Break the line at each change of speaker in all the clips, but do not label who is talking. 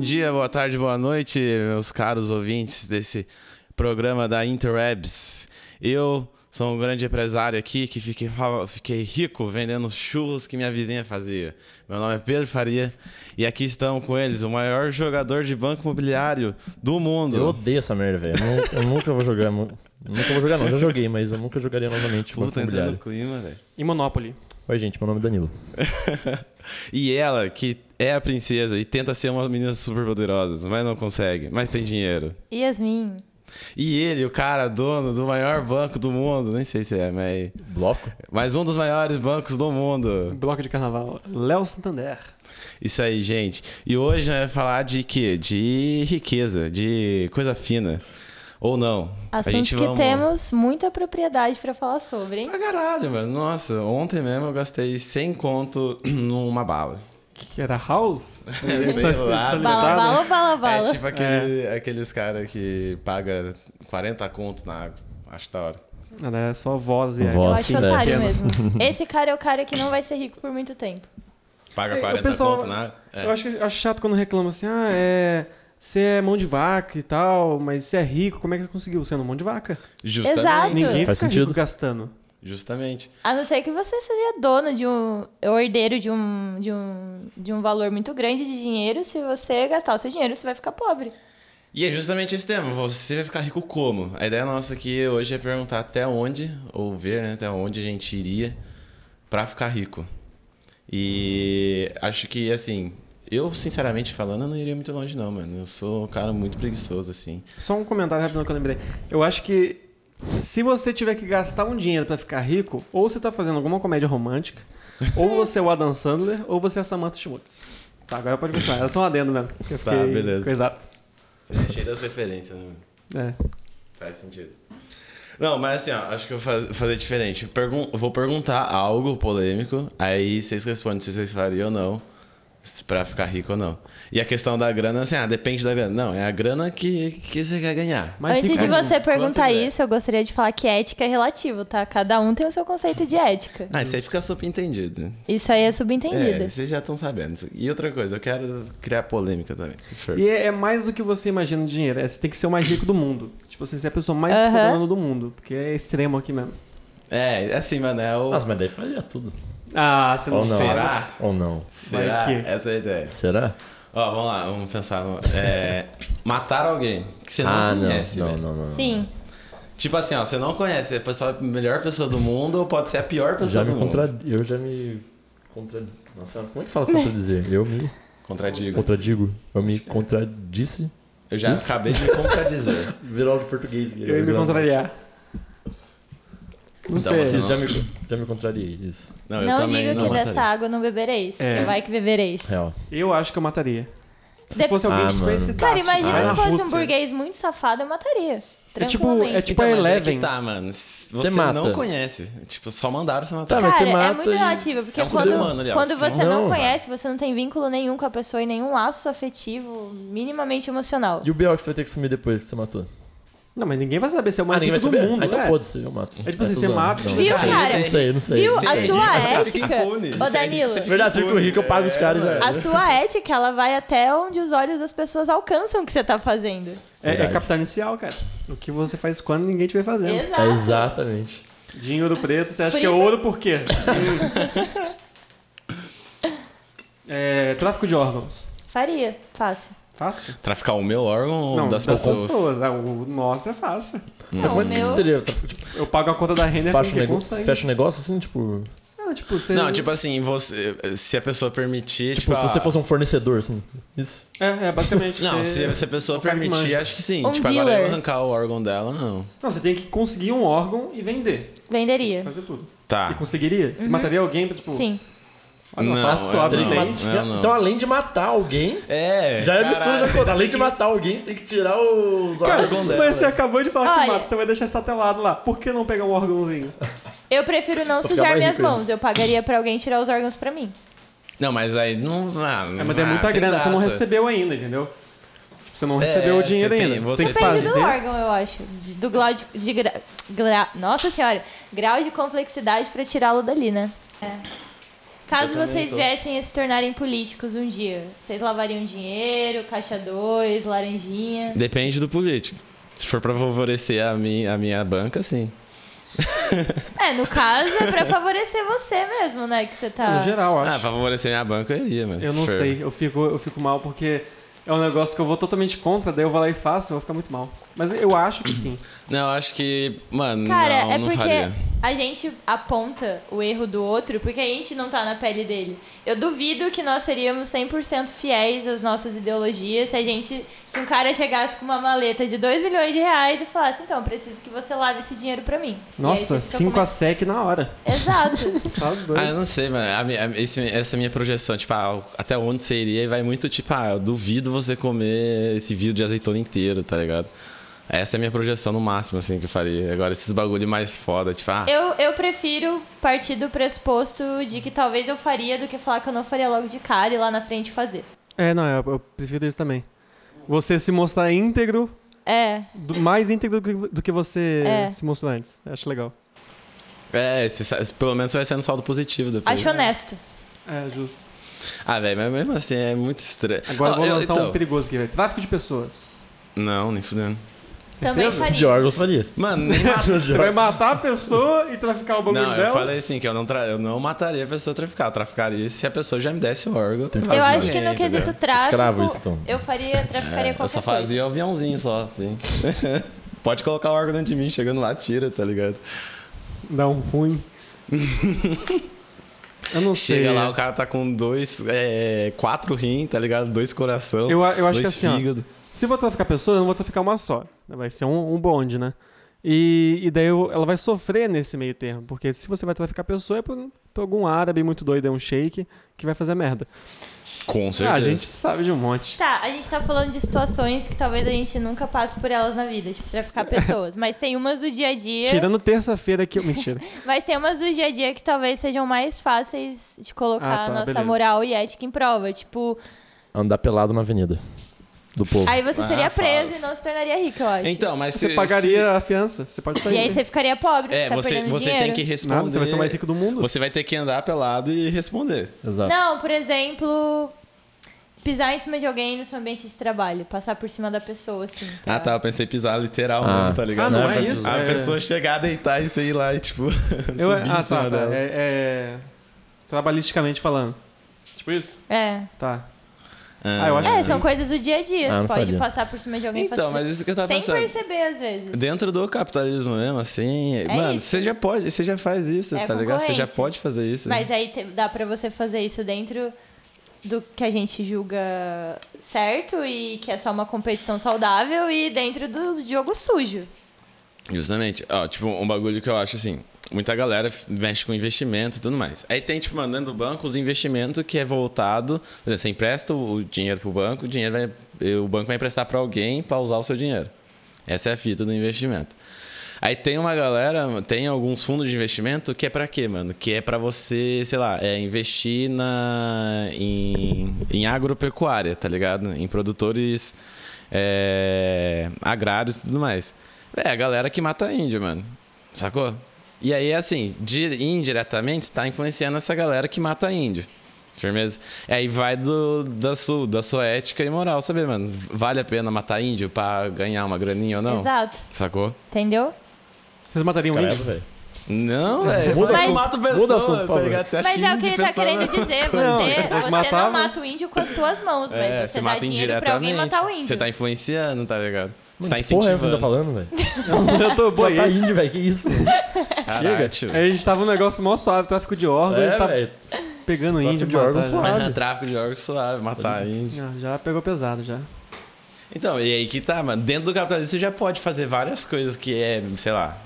dia, boa tarde, boa noite, meus caros ouvintes desse programa da Interwebs. Eu sou um grande empresário aqui que fiquei, fa- fiquei rico vendendo churros que minha vizinha fazia. Meu nome é Pedro Faria e aqui estão com eles, o maior jogador de banco imobiliário do mundo.
Eu odeio essa merda, velho. Eu nu- Eu nunca vou jogar. mu- Nunca vou jogar, não. Já joguei, mas eu nunca jogaria novamente Banco
Puta, entrando no
Imobiliário.
clima, velho.
E Monopoly.
Oi, gente, meu nome é Danilo.
E ela, que é a princesa e tenta ser uma menina super poderosa, mas não consegue, mas tem dinheiro.
Yasmin.
E ele, o cara, dono do maior banco do mundo, nem sei se é, mas.
Bloco?
Mas um dos maiores bancos do mundo.
Bloco de carnaval. Léo Santander.
Isso aí, gente. E hoje nós vamos falar de quê? De riqueza, de coisa fina. Ou não.
Assuntos que
vamos-
temos muita propriedade pra falar sobre, hein?
Pra caralho, mano. Nossa, ontem mesmo eu gastei 100 conto numa bala.
Que era House?
É, Bem zoado.
Bala, bala, bala, bala.
É tipo aquele, aqueles caras que paga 40 contos na água. Acho da hora.
Ela é só voz e
Eu
Voz.
acho
assim, né?
um otário
Pequeno.
mesmo. Esse cara é o cara que não vai ser rico por muito tempo.
Paga
É, o
40
pessoal-
conto na água. É.
Eu acho, que- acho chato quando reclama assim, ah, é... Você é mão de vaca e tal, mas você é rico, como é que você conseguiu? Sendo mão de vaca.
Justamente.
Exato.
Ninguém
Faz
fica
sentido.
rico gastando.
Justamente.
A não ser que você seja dono de um. herdeiro de um, de um. de um valor muito grande de dinheiro. Se você gastar o seu dinheiro, você vai ficar pobre.
E é justamente esse tema, você vai ficar rico como? A ideia nossa aqui hoje é perguntar até onde, ou ver né, até onde a gente iria pra ficar rico. E acho que, assim, eu sinceramente falando, eu não iria muito longe não, mano. Eu sou um cara muito preguiçoso, assim.
Só um comentário rapidão que eu lembrei. Eu acho que se você tiver que gastar um dinheiro pra ficar rico, ou você tá fazendo alguma comédia romântica, ou você é o Adam Sandler, ou você é a Samantha Schmutz. Tá, agora pode continuar. Era só um adendo mesmo. que eu
Tá,
fiquei
beleza.
Exato.
Você é cheio das referências, né? mano?
É.
Faz sentido. Não, mas assim, ó, acho que eu vou faz- fazer diferente. Pergun- vou perguntar algo polêmico, aí vocês respondem se vocês fariam ou não, se- pra ficar rico ou não. E a questão da grana, assim, ah, depende da grana. Não, é a grana que, que você quer ganhar.
Mas
Antes
fica
de
ótimo.
você perguntar
quiser.
isso, eu gostaria de falar que ética é relativo, tá? Cada um tem o seu conceito de ética.
Ah, isso aí fica subentendido.
Isso aí é
É,
subentendido.
vocês já estão sabendo. E outra coisa, eu quero criar polêmica também. Sure.
E é, é mais do que você imagina de dinheiro. É, você tem que ser o mais rico do mundo. Tipo assim, você é a pessoa mais
Aham.
fodona do mundo. Porque é extremo aqui mesmo.
É, assim, mano, é o...
Nossa, mas daí faria tudo.
Ah, você não,
Ou não.
sabe.
Será?
Ou não.
Será?
Vai que-
Essa é a ideia.
Será?
Ó, vamos lá, vamos pensar. No, é, matar alguém que você não
ah, não.
conhece,
não,
velho.
não, não.
Sim.
Tipo assim, ó, você não conhece, é a pessoa- a melhor pessoa do mundo ou pode ser a pior pessoa
Já
do
me
mundo.
contra... Eu já me contra... Nossa, como é que fala contradizer? Eu me
Contradigo.
contradigo. Eu me contradisse.
Eu já acabei de me contradizer.
Virou aula de português. aqui.
Eu ia me
Virou aula.
contrariar. Não
Então
sei.
você
Isso, já me, já me contrariei, isso.
Não, eu
Não
também
diga
não É,
que dessa
mataria.
água não bebereis,
É.
que vai que bebereis.
Real.
Eu acho que eu mataria. Se
Dep-
fosse alguém
Ah,
desconhecido.
Cara, imagina
vai
se
na
fosse um burguês muito safado, eu mataria.
É tipo-
Tranquilamente.
é tipo
Então,
a
mas é
Eleven.
que tá, mano. S- Você,
Você mata.
não conhece. Tipo, só mandaram você matar.
Tá, mas- você
Cara, é
mata
muito
e-
relativo, porque
É um ser
quando,
humano, aliás.
quando você
Não,
não,
sabe?
conhece, você não tem vínculo nenhum com a pessoa e nenhum laço afetivo, minimamente emocional.
E o B.O. que você vai ter que sumir depois que você matou?
Não, mas ninguém vai saber. Você é o mais
ninguém
rico do mundo.
Ah, então
é.
foda-se, eu mato.
É tipo assim,
tô
você
zoando.
mata,
Não,
tipo
Viu,
não sei,
cara?
Não sei, não sei.
Viu?
Sei.
A sua ética.
impune. Isso
Ô,
aí
Danilo,
você fica
É Verdade, você
impune.
rico, eu pago os caras e já
É,
era.
a sua ética, ela vai até onde os olhos das pessoas alcançam o que você tá fazendo.
É, é
Verdade.
capital inicial, cara. O que você faz quando ninguém estiver fazendo.
É,
Exato.
exatamente.
Dinheiro preto, você acha
Por
que é
isso-
ouro por quê? é, tráfico de órgãos.
Faria, fácil.
Fácil?
Traficar o meu órgão ou Um das pessoas?
Ah, O nosso é fácil.
Não, o
Como é
meu...
que seria? Tipo,
Eu pago a conta da Renner
fecha, o
porque
nego-
consegue.
fecha o negócio assim, tipo.
Não, tipo, você...
Não, tipo assim, você, se a pessoa permitir. Tipo,
Tipo, se você
ah,
fosse um fornecedor, assim. Isso.
É, é basicamente.
Não,
você...
se, se a pessoa
o cara que
permitir,
manja.
acho que sim.
Um
tipo, agora eu
dealer.
vou arrancar o órgão dela, não.
Não, você tem que conseguir um órgão e vender.
Venderia.
Fazer tudo.
Tá.
E conseguiria? Você mataria alguém pra, tipo...
É. Uhum. Sim.
Olha,
Não,
não, faço
é,
suave
não.
bem.
não, não.
Então, além de matar alguém.
É.
Já é mistura,
caralho,
já conta.
você
Além
tem
de
que-
matar alguém, você tem que tirar os
Cara,
órgãos dela.
mas você acabou de falar que
Olha-
mata, você vai deixar satelado lá. Por que não pegar um órgãozinho?
Eu prefiro não
Vou ficar
sujar
mais
minhas
rico ainda.
mãos. Eu pagaria pra alguém tirar os órgãos pra mim.
Não, mas aí não. Ah,
É, mas é muita grana, você não recebeu ainda, entendeu? Tipo, Você não
É,
recebeu o
você
dinheiro
tem-
ainda.
você
tem que
tem-
Depende do
fazer.
órgão, eu acho. De- Do grau de, de gra- gra- Nossa senhora. Grau de complexidade pra tirá-lo dali, né? É.
Eu
Caso
também
vocês
tô.
viessem a se tornarem políticos um dia, vocês lavariam dinheiro, caixa 2, laranjinha.
Depende do político. Se for pra favorecer a minha, a minha banca, sim.
É, no caso é pra favorecer você mesmo, né? Que você tá.
No geral, acho.
Ah, pra favorecer minha banca, eu iria, mano.
Eu
Se
não
for-
sei, eu fico, eu fico mal porque é um negócio que eu vou totalmente contra, daí eu vou lá e faço, eu vou ficar muito mal. Mas eu acho que sim.
Não, acho que. Mano,
Cara,
não,
é
não
porque
faria.
a gente aponta o erro do outro porque a gente não tá na pele dele. Eu duvido que nós seríamos 100% fiéis às nossas ideologias se a gente, se um cara chegasse com uma maleta de 2 milhões de reais e falasse, então, preciso que você lave esse dinheiro pra mim.
Nossa, 5 a
x
sec na hora.
Exato.
Tá doido.
Ah, eu não sei, mano. A minha- a- esse- essa minha projeção, tipo, ah, até onde você iria e vai muito tipo, ah, eu duvido você comer esse vidro de azeitona inteiro, tá ligado? Essa é a minha projeção no máximo, assim, que eu faria. Agora, esses bagulho mais foda, tipo, ah,
Eu, eu prefiro partir do pressuposto de que talvez eu faria do que falar que eu não faria logo de cara e lá na frente fazer.
É, não, eu, eu prefiro isso também. Você se mostrar íntegro,
É,
do- mais íntegro do que, do que você
É.
se mostrou antes. Eu acho legal.
é, esse sa- pelo menos você vai sendo saldo positivo depois.
acho honesto.
É, justo.
Ah, velho, mas mesmo assim é muito estranho.
Agora
Ó,
eu vou
eu-
lançar
então-
um perigoso aqui, velho. Tráfico de pessoas.
Não, nem fudendo.
Também faria.
De órgãos faria.
Mano, nem mata.
Você vai matar a pessoa e traficar o bagulho
Não,
dela?
eu falei assim, que eu não, tra- eu não mataria a pessoa traficar. Eu traficaria se a pessoa já me desse o órgão.
Eu acho que no
né?
quesito tráfico,
Escravo, isso, então.
eu faria, traficaria
É, Eu
qualquer
só
coisa.
fazia o aviãozinho só, assim. Pode colocar o órgão dentro de mim, chegando lá, tira, tá ligado?
Dá um ruim. eu não sei.
Chega lá, o cara tá com dois, é, quatro rins, tá ligado? Dois coração,
Eu, eu
dois
acho que assim, ó,
fígado.
Se eu vou traficar pessoa, eu não vou traficar uma só. Vai ser um, um bonde, né? E, e daí eu- ela vai sofrer nesse meio termo. Porque se você vai traficar pessoa, é por, por algum árabe muito doido, é um shake, que vai fazer merda.
Com
Ah,
certeza.
a gente sabe de um monte.
Tá, a gente tá falando de situações que talvez a gente nunca passe por elas na vida, tipo traficar pessoas. Mas tem umas do dia a dia.
Tirando terça-feira que eu. Mentira.
Mas tem umas do dia a dia que talvez sejam mais fáceis de colocar
Ah, tá,
a nossa
beleza.
moral e ética em prova. Tipo,
Andar pelado na avenida do povo.
aí você
Ah,
seria preso
fácil.
e não se tornaria rico, eu acho.
Então, mas
Você
se-
pagaria a fiança, você pode
E
sair.
aí você ficaria pobre,
É,
tá
você,
perdendo
você
dinheiro.
tem que responder.
Nada, você vai ser o mais rico do mundo.
Você vai ter que andar pelado e responder.
Exato.
Não, por exemplo, pisar em cima de alguém no seu ambiente de trabalho, passar por cima da pessoa, assim.
Ah, tá. Eu pensei pisar literal,
Ah.
mesmo, tá ligado?
Ah, não, é isso,
A
é.
pessoa chegar, deitar e sair lá e, tipo, subir
Eu,
em
ah,
cima
tá,
dela.
tá. É, é, Trabalhisticamente falando. Tipo isso?
É.
Tá.
Ah.
Ah, eu acho
É,
que
são
sim.
coisas do dia a dia.
Ah,
você
não
pode
faria.
passar por cima de alguém assim,
Então, mas isso que eu tava
sem
pensando.
perceber, às vezes.
Dentro né? do capitalismo mesmo, assim. mano,
É isso.
você já pode, você já faz isso,
É
tá ligado? Você já
concorrência.
pode fazer isso.
Mas aí te- dá pra você fazer isso dentro do que a gente julga certo e que é só uma competição saudável e dentro do jogo sujo.
Justamente. Ó, tipo, um bagulho que eu acho assim. Muita galera f- mexe com investimento e tudo mais. Aí tem, tipo, mandando do banco os investimentos que é voltado. por exemplo, Você empresta o dinheiro pro banco, o dinheiro vai. O banco vai emprestar pra alguém pra usar o seu dinheiro. Essa é a fita do investimento. Aí tem uma galera, tem alguns fundos de investimento que é pra quê, mano? Que é pra você, sei lá, é investir na, em, em agropecuária, tá ligado? Em produtores é, agrários e tudo mais. É a galera que mata índio, mano. Sacou? E aí, assim, di- indiretamente, está influenciando essa galera que mata índio. Firmeza? Aí vai do, da, sua, da sua ética e moral, saber, mano, vale a pena matar índio pra ganhar uma graninha ou não?
Exato.
Sacou?
Entendeu?
Vocês matariam um
tá
Credo,
índio?
velho.
Não, velho.
Muda
Mas-
assunto,
mata
muda
pessoa,
assunto, por
tá
favor.
ligado? Você acha
Mas é o que ele tá
pessoa
querendo
não-
dizer. Você
Não,
não,
você tem que
você
matar,
não mata o índio com as suas mãos, velho.
assim. É,
você dá dinheiro pra alguém matar o índio.
Você tá influenciando, tá ligado? Você tá
Que Porra, é essa que você tá
incentivando.
falando, velho?
Eu tô boi.
Matar índio, velho, que isso?
Caralho, tio.
Aí a gente tava num negócio mó suave, tráfico de órgãos,
É,
ele tá
velho.
pegando
Tráfico
índio,
de órgãos
matar, né?
suave.
já.
Nada.
Tráfico de órgãos suave, matar índio.
Ah, já pegou pesado, já.
Então, e aí que tá, mano. Dentro do capitalismo você já pode fazer várias coisas que é, sei lá.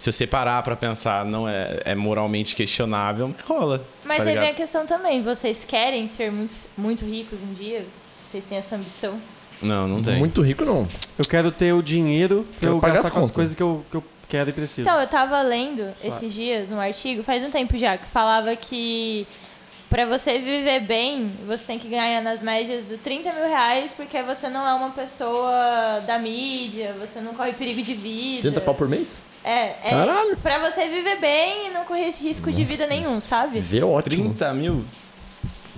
Se você parar pra pensar, não é, é moralmente questionável, mas rola.
Mas
tá
aí vem a
ligado?
questão também. Vocês querem ser muito, muito ricos um dia? Vocês têm essa ambição?
Não, não tem.
Muito rico, não.
Eu quero ter o dinheiro pra
Quero
eu
pagar
gastar
as
com as
contas.
coisas que eu, que eu quero e preciso.
Então, eu tava lendo esses dias um artigo, faz um tempo já, que falava que Pra você viver bem, você tem que ganhar nas médias de 30 mil reais, porque você não é uma pessoa da mídia, você não corre perigo de vida.
30 pau por mês?
É, é
Caralho.
pra você viver bem e não correr risco de vida nenhum,
É.
sabe?
Vê ótimo.
30 mil?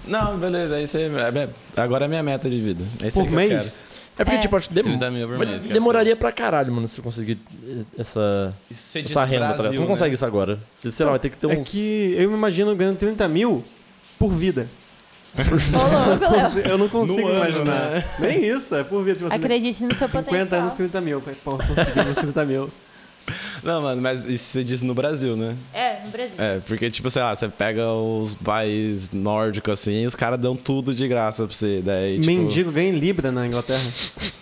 Não, beleza, isso aí é- agora é minha meta de vida. É isso aí
Por
que eu quero.
mês?
É porque,
É.
tipo, acho que dem-
30 mil por
mas
mês, quero
demoraria pra caralho, mano, se eu conseguir essa,
Isso você diz
essa renda,
Brasil,
tá ligado? Você não
né?
consegue isso agora. Você, sei lá, vai ter que ter
É
uns...
que eu me imagino ganhando 30 mil por vida.
Ô, louco, Léo.
Eu não consigo
ano,
imaginar. Nem isso, é por vida. Tipo, assim,
Acredite no seu
50
potencial.
anos, 30 mil. Eu falei, Pô, conseguimos 30 mil.
Não, mano, mas isso você disse no Brasil, né?
É, no Brasil.
É, porque, tipo, sei lá, você pega os países nórdicos assim, os caras dão tudo de graça pra você. Daí, tipo,
Mendigo ganha em Libra na Inglaterra.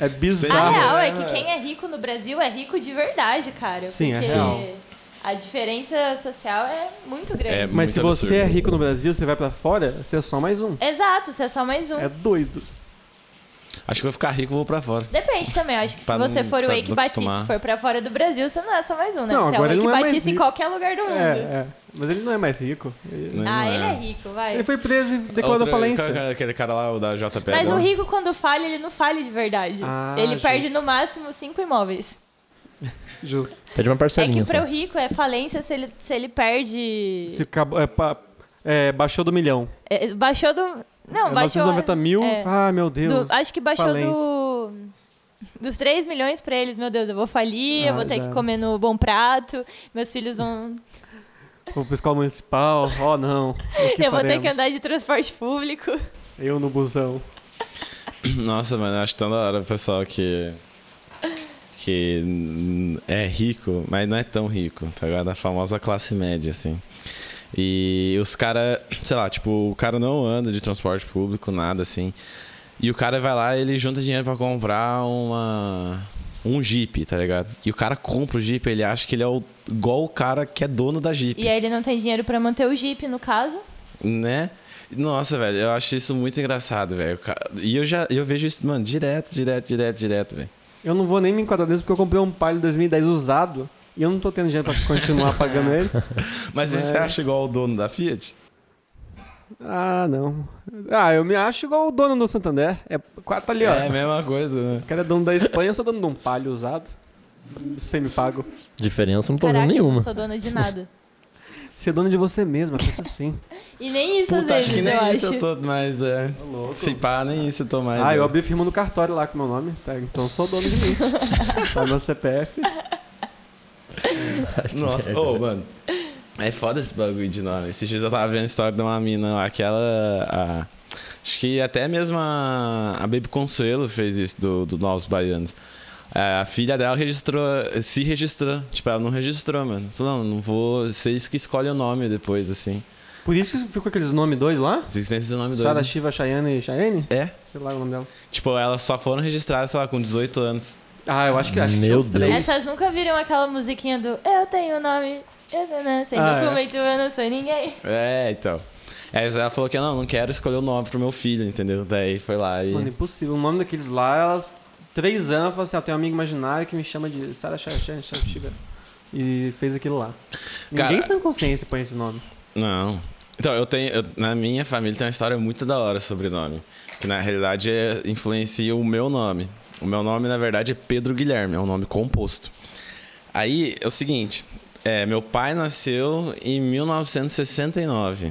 É
A
bizarro.
real é que quem é rico no Brasil é rico de verdade, cara.
Sim, é
porque
real.
a diferença social é muito grande.
Mas
Muito
se você é
absurdo.
rico no Brasil, você vai pra fora, você é só mais um.
Exato, você é só mais um.
É doido.
Acho que eu vou ficar rico e vou pra fora.
Depende também, acho que se
Pra não-
você for o
pra
Eike Batista
desacostumar.
e for pra fora do Brasil, você não é só mais um, né?
Não,
você é o
agora ele
Eike
não é mais
Batista em
rico.
qualquer lugar do mundo.
É, é. Mas ele não é mais rico. Ele-
Né?
Ah,
Não
ele é rico, vai.
Ele foi preso e declarou
Outro-
falência.
aquele- Aquele cara lá, o da JP.
Mas
né?
o rico, quando falha, ele não falha de verdade.
Ah,
ele perde
justo.
no máximo cinco imóveis.
Justo.
Pede uma
É
parcelinha
que
só.
pro rico é falência se ele, se ele perde.
Se acabou- é, pa- é, baixou do milhão.
É, baixou do. Não,
É,
baixou.
990 mil.
é.
Ah, meu Deus.
Do- acho que baixou
Falência.
do. Dos 3 milhões pra eles, meu Deus, eu vou falir, eu
Ah,
vou ter
já.
que comer no bom prato, meus filhos vão.
Vou pro escola municipal. Oh, não. O que
eu vou ter
faremos?
que andar de transporte público.
Eu no busão.
Nossa, mano, eu acho tão da hora o pessoal que. que hum, é rico, mas não é tão rico, tá ligado? A famosa classe média, assim. E os caras, sei lá, tipo, o cara não anda de transporte público, nada assim. E o cara vai lá, ele junta dinheiro pra comprar uma. um Jeep, tá ligado? E o cara compra o Jeep, ele acha que ele é o, igual o cara que é dono da Jeep
E aí ele não tem dinheiro pra manter o Jeep, no caso.
né? Nossa, velho, eu acho isso muito engraçado, velho. Ca- E eu já eu vejo isso, mano, direto, direto, direto, direto, velho.
Eu não vou nem me enquadrar nisso porque eu comprei um Palio 2010 usado e eu não tô tendo dinheiro pra continuar pagando ele.
Mas você acha igual o dono da Fiat?
Ah, não. Ah, eu me acho igual o dono do Santander. É quatro ali, ó.
É a mesma coisa, né?
O cara é dono da Espanha, eu sou dono de um Palio usado. Semi-pago.
Diferença não tô
Caraca,
vendo
eu não
nenhuma.
sou dona de nada.
Ser dono de você mesmo, pensa assim.
E nem isso às
Puta,
vezes,
acho que
eu
nem isso é
acho.
eu tô mais, é. Se pá, nem isso eu tô mais.
ah, Tá eu
é.
abri firma no cartório lá com meu nome. Tá? Então eu sou dono de mim. tá meu CPF.
Nossa, ô, mano. É foda esse bagulho de nome. Esses dias eu tava vendo a história de uma mina lá, aquela. a- acho que até mesmo a, a Baby Consuelo fez isso do, do Novos Baianos. É, A filha dela registrou, se registrou. Tipo, ela não registrou, mano. Falou, não, não vou. Vocês que escolhem o nome depois, assim.
Por isso que ficou aqueles nomes doidos lá?
Vocês têm esse nome
Sara
doido.
Shiva Cheyenne e Cheyenne?
É?
Sei lá o nome dela.
Tipo, elas só foram registradas, sei lá, com 18 anos.
Ah, eu acho que acho que
Meu
tinha uns
Deus.
três.
Essas nunca viram aquela musiquinha do Eu tenho um nome, eu não sei
Ah, é.
documento, eu não sou ninguém.
É, então. Aí ela falou que não, não quero escolher o nome pro meu filho, entendeu? Daí foi lá e.
É, Mano, impossível. O nome daqueles lá, elas. Três anos, ela falou assim: ó, tem um amigo imaginário que me chama de Sarah Cheyenne Shiva. E fez aquilo lá.
Cara-
Ninguém sem consciência põe esse nome.
Não. Então, eu tenho. eu- na minha família tem uma história muito da hora sobre nome. Que na realidade é, influencia o meu nome. O meu nome, na verdade, é Pedro Guilherme, é um nome composto. Aí é o seguinte: é, meu pai nasceu em 1969.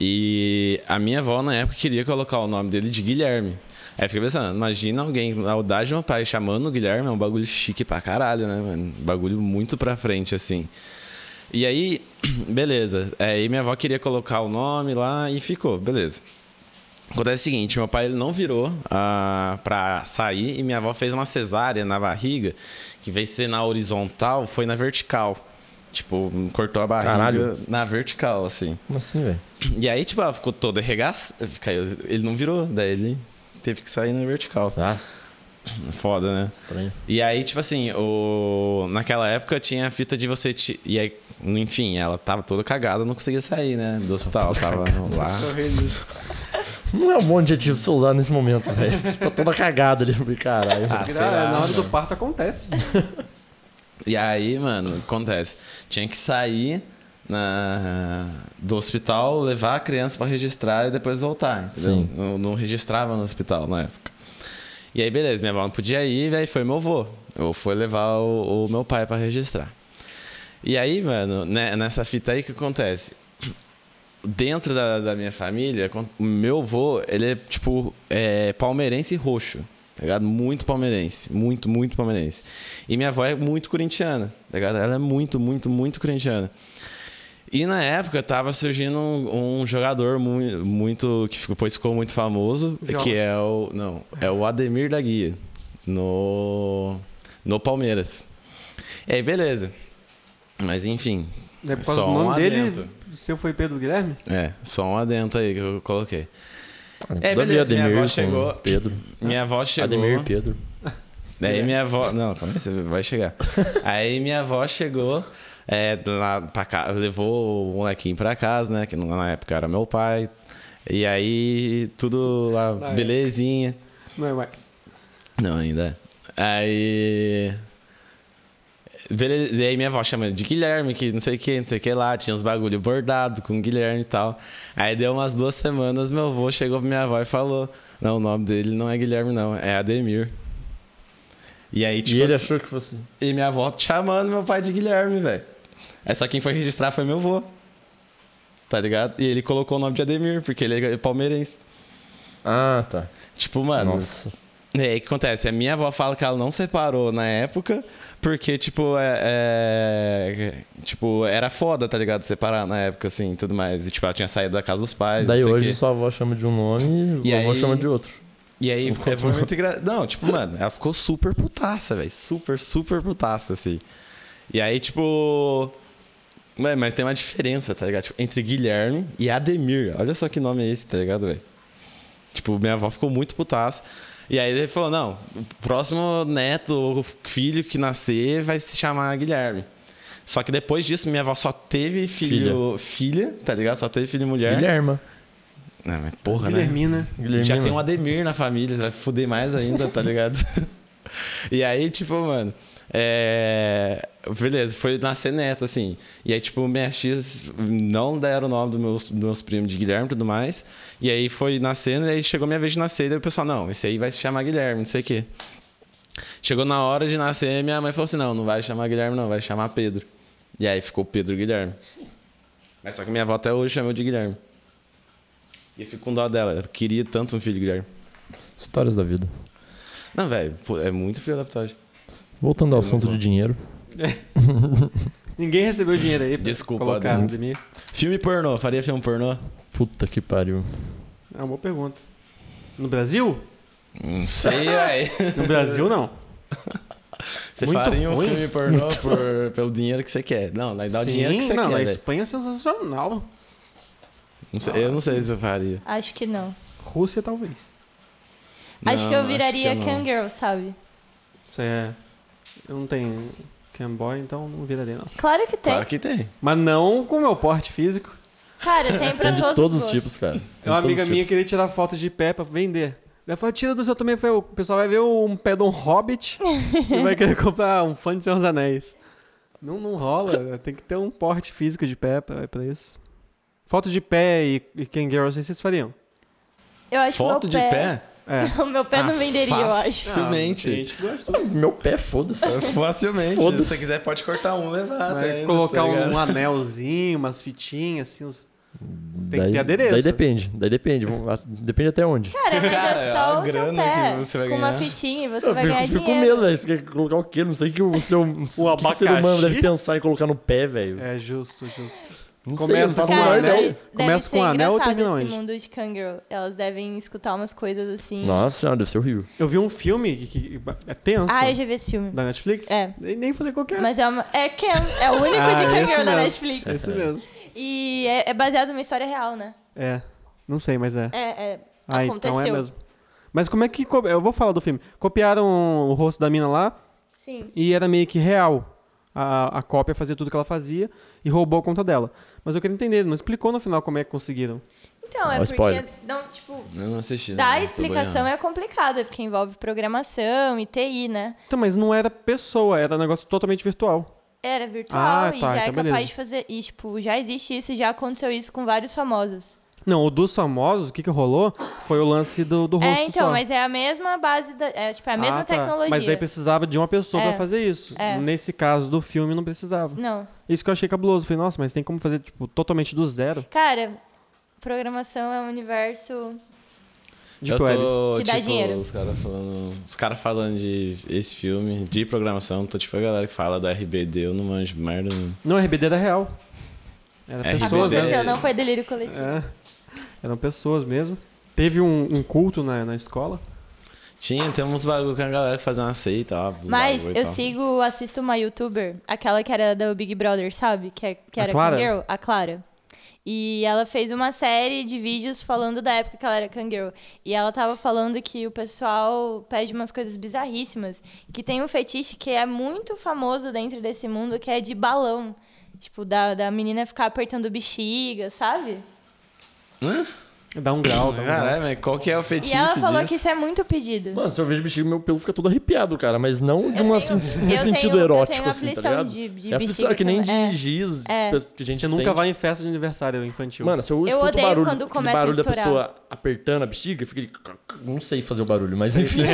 E a minha avó, na época, queria colocar o nome dele de Guilherme. Aí eu fiquei pensando, imagina alguém, a audácia de meu pai chamando o Guilherme, é um bagulho chique pra caralho, né, mano? Um bagulho muito pra frente, assim. E aí, beleza. Aí minha avó queria colocar o nome lá e ficou, beleza. Acontece o seguinte, meu pai ele não virou ah, pra sair e minha avó fez uma cesárea na barriga, que em vez de ser na horizontal, foi na vertical. Tipo, cortou a barriga
Caralho.
na vertical, assim.
Como assim, velho?
E aí, tipo, ela ficou toda arregaçada. caiu- Ele não virou, daí ele teve que sair na vertical.
Nossa,
Foda, né?
estranho.
E aí, tipo assim, o... naquela época tinha a fita de você. Te... E aí, enfim, ela tava toda cagada, não conseguia sair, né? Do hospital. Tava lá.
Não é um bom adjetivo você usar nesse momento, velho. Tá toda cagada ali, caralho.
Ah, sei
Gra-
lá,
na hora do
mano.
parto acontece.
E aí, mano, acontece. Tinha que sair na- do hospital, levar a criança para registrar e depois voltar, entendeu?
Sim.
Não, não registrava no hospital na época. E aí, beleza, minha avó não podia ir, e aí foi meu avô. Eu fui levar o, o meu pai para registrar. E aí, mano, né, nessa fita aí, o que acontece? Dentro da, da minha família, con- o meu avô, ele é, tipo, é, palmeirense e roxo, tá ligado? Muito palmeirense, muito, muito palmeirense. E minha avó é muito corintiana, tá ligado? Ela é muito, muito, muito corintiana. E na época tava surgindo um, um jogador muito, muito que ficou, depois ficou muito famoso,
Viola.
que é o não, é o Ademir da Guia no no Palmeiras. E aí, beleza. Mas enfim,
É por causa
Só
do nome
um
dele,
adendo.
o seu foi Pedro Guilherme?
é, só um adento aí que eu coloquei. É,
Toda
beleza,
via
minha avó
com
chegou.
Pedro.
Minha avó chegou. né? Tipo
Ademir Pedro.
Daí minha avó. Não, calma aí, você vai chegar. Aí minha avó chegou é, lá pra casa, levou o molequinho pra casa, né? Que na época era meu pai. E aí tudo lá,
Na
belezinha.
Não é mais.
Não, ainda. é. Aí. Beleza, e aí minha avó chama ele de Guilherme, que não sei o que, não sei o que lá, tinha uns bagulho bordado com Guilherme e tal. Aí deu umas duas semanas, meu avô chegou pra minha avó e falou: Não, o nome dele não é Guilherme, não, é Ademir. E aí, tipo.
e ele
assim-
achou que fosse.
e minha avó chamando meu pai de Guilherme, velho. É só quem foi registrar foi meu avô. Tá ligado? E ele colocou o nome de Ademir, porque ele é palmeirense.
Ah, tá.
Tipo, mano.
Nossa.
É, E aí, o que acontece? A minha avó fala que ela não separou na época, porque, tipo, é, é- Tipo, era foda, tá ligado? Separar na época, assim, e tudo mais. E, tipo, ela tinha saído da casa dos pais.
Daí
não sei o
hoje
quê.
sua avó chama de um nome e
E
o avô
aí-
chama de outro.
E aí é, foi muito engraçado. Não, tipo, mano, ela ficou super putaça, velho. Super, super putaça, assim. E aí, tipo. Ué, mas tem uma diferença, tá ligado? Tipo, entre Guilherme e Ademir. Olha só que nome é esse, tá ligado, velho? Tipo, minha avó ficou muito putaça. E aí ele falou: não, o próximo neto ou filho que nascer vai se chamar Guilherme. Só que depois disso, minha avó só teve filho. Filha, tá ligado? Só teve filho e mulher.
Guilherma.
Não, mas porra, né?
Guilhermina.
Guilhermina.
Já tem um Ademir na família, você vai fuder mais ainda, tá ligado? e aí, tipo, mano. é, Beleza, foi nascer neto, assim. E aí, tipo, minhas tias não deram o nome dos meus, dos meus primos de Guilherme e tudo mais. E aí foi nascendo, e aí chegou minha vez de nascer, e daí o pessoal, não, esse aí vai se chamar Guilherme, não sei o quê. Chegou na hora de nascer, minha mãe falou assim: não, não vai chamar Guilherme, não, vai chamar Pedro. E aí ficou Pedro Guilherme. Mas só que minha avó até hoje chama eu de Guilherme. E eu fico com dó dela, eu queria tanto um filho, Guilherme.
Histórias da vida.
Não, velho, pô, é muito filho da putagem.
Voltando ao
Eu não
assunto
vou.
de dinheiro.
Ninguém recebeu dinheiro aí pra
Desculpa,
colocar
Adão.
no Ademir.
Filme pornô, faria filme pornô?
Puta que pariu.
É uma boa pergunta. No Brasil?
Não sei, velho.
No Brasil, não.
Você
Muito
faria um
ruim.
filme pornô por- pelo dinheiro que você quer. Não, na dá o dinheiro que você
não,
quer,
a
velho.
Espanha é sensacional.
Não sei- eu não sei se eu faria.
Acho que não.
Rússia, talvez.
acho
Não,
que eu viraria
não.
Kangirl, sabe?
Você é... Eu não tenho Camboy, então não viraria, não.
Claro que tem.
Claro que tem.
Mas não com o meu porte físico.
Cara, tem pra
Tem de
todos,
todos os
os
tipos, cara.
É
Tem
uma
todos
amiga
os
minha
tipos.
queria tirar foto de pé pra vender. Ela falou, tira do seu também. Eu falei, o pessoal vai ver um pé de um hobbit e vai querer comprar um fã de Senhor dos Anéis. Não, não rola. Tem que ter um porte físico de pé pra, pra isso. Foto de pé e, e Kangaroo, não sei se vocês fariam.
Eu acho que meu
Foto de pé?
É.
O meu pé não
Ah,
venderia,
fácil. Facilmente.
Ah, tem gente que gosta.
Meu pé, foda-se.
Facilmente.
Foda-se.
Se você quiser, pode cortar um, levar.
Vai
tá indo,
colocar
tá ligado?
um anelzinho, umas fitinhas, assim, uns... Tem
Daí-
que ter adereço.
Daí depende. Daí depende. Vamos lá, Depende até onde.
eu acho. Cara, mas
Cara,
é
a
só o seu
grana
pé.
que você vai
com uma
ganhar.
fitinha e você
Eu
vai
fico,
ganhar
fico com
dinheiro.
medo, velho. Você quer colocar o quê? Não sei o que o seu. O, que que o ser
abacaxi?
humano deve pensar em colocar no pé, velho.
É justo, justo.
Não sei, eu
Começa
não faço a
com
menor
Cara,
anel.
ideia.
mas deve
Começa
ser
com anel ou
engraçado
termina
esse
onde?
mundo de Kangirl. Elas devem escutar umas coisas assim.
Nossa senhora, deve ser horrível.
Eu vi um filme que, que- que é tenso,
Ah, eu já vi esse filme.
da Netflix.
É.
Nem, nem falei qual que é.
Mas é, uma, é, Ken, é o único
Ah,
de
esse
Kangirl da
mesmo.
Netflix.
É isso mesmo.
E é, é baseado numa história real, né?
É. Não sei, mas é.
É, é.
ah,
aconteceu.
então é mesmo. Mas como é que. co- Eu vou falar do filme. Copiaram o rosto da mina lá
Sim.
e era meio que real. A, a cópia fazia tudo que ela fazia e roubou a conta dela. Mas eu queria entender, não explicou no final como é que conseguiram.
Então, é
Ó,
porque.
spoiler.
Não, tipo,
Eu não assisti. não,
dar a
tô
explicação
boiando.
é complicada, porque envolve programação e TI, né?
Então, mas não era pessoa, era negócio totalmente virtual.
era virtual
Ah,
e
tá,
já é
então
capaz
beleza.
de fazer. E, tipo, já existe isso e já aconteceu isso com vários famosos.
Não, o dos famosos, o que, que rolou foi o lance do, do rosto
é, então,
só.
mas é a mesma base, da, é, tipo, é a mesma
Ah, tá.
tecnologia.
Mas daí precisava de uma pessoa
É.
pra fazer isso.
É.
Nesse caso do filme, não precisava.
Não.
Isso que eu achei cabuloso. Falei, nossa, mas tem como fazer, tipo, totalmente do zero?
Cara, programação é um universo.
De
eu
web.
tô,
Que dá
tipo,
dinheiro.
os caras falando, os cara falando de esse filme, de programação, tô tipo a galera que fala do RBD, eu não manjo merda nenhuma.
Não, RBD era real. Era
RBD.
pessoas,
Aconteceu,
né?
é.
não foi delírio coletivo.
É. Eram pessoas mesmo. Teve um, um culto na, na escola.
Tinha, tem uns bagulho que a galera que fazia uma seita, ó. uns
Mas
bagulho e
eu
tá.
tal.
sigo, assisto uma youtuber, aquela que era do Big Brother, sabe? Que, é- que
A
era
Clara?
Kangirl, a Clara. E ela fez uma série de vídeos falando da época que ela era Kangirl. E ela tava falando que o pessoal pede umas coisas bizarríssimas. Que tem um fetiche que é muito famoso dentro desse mundo, que é de balão. Tipo, da, da menina ficar apertando bexiga, sabe?
Dá um grau.
tá
dá um grau.
Caralho, mas qual que é o
E
fetiche
ela falou
disso?
que isso é muito pedido.
Mano, se eu vejo bexiga, meu pelo fica todo arrepiado, cara. Mas não de uma,
tenho-
sen- um
eu
sentido
tenho- eu
erótico,
tenho
assim, tá
aflição
ligado?
de- de
é aflição,
bexiga
é que nem de
também, é.
giz,
É.
que a gente
Você nunca
sente.
vai em festa de aniversário infantil.
Mano, se eu,
Eu
escuto o
odeio
barulho,
quando
aquele
começa a
barulho da
estourar.
pessoa apertando a bexiga, fica de... Não sei fazer o barulho, mas enfim.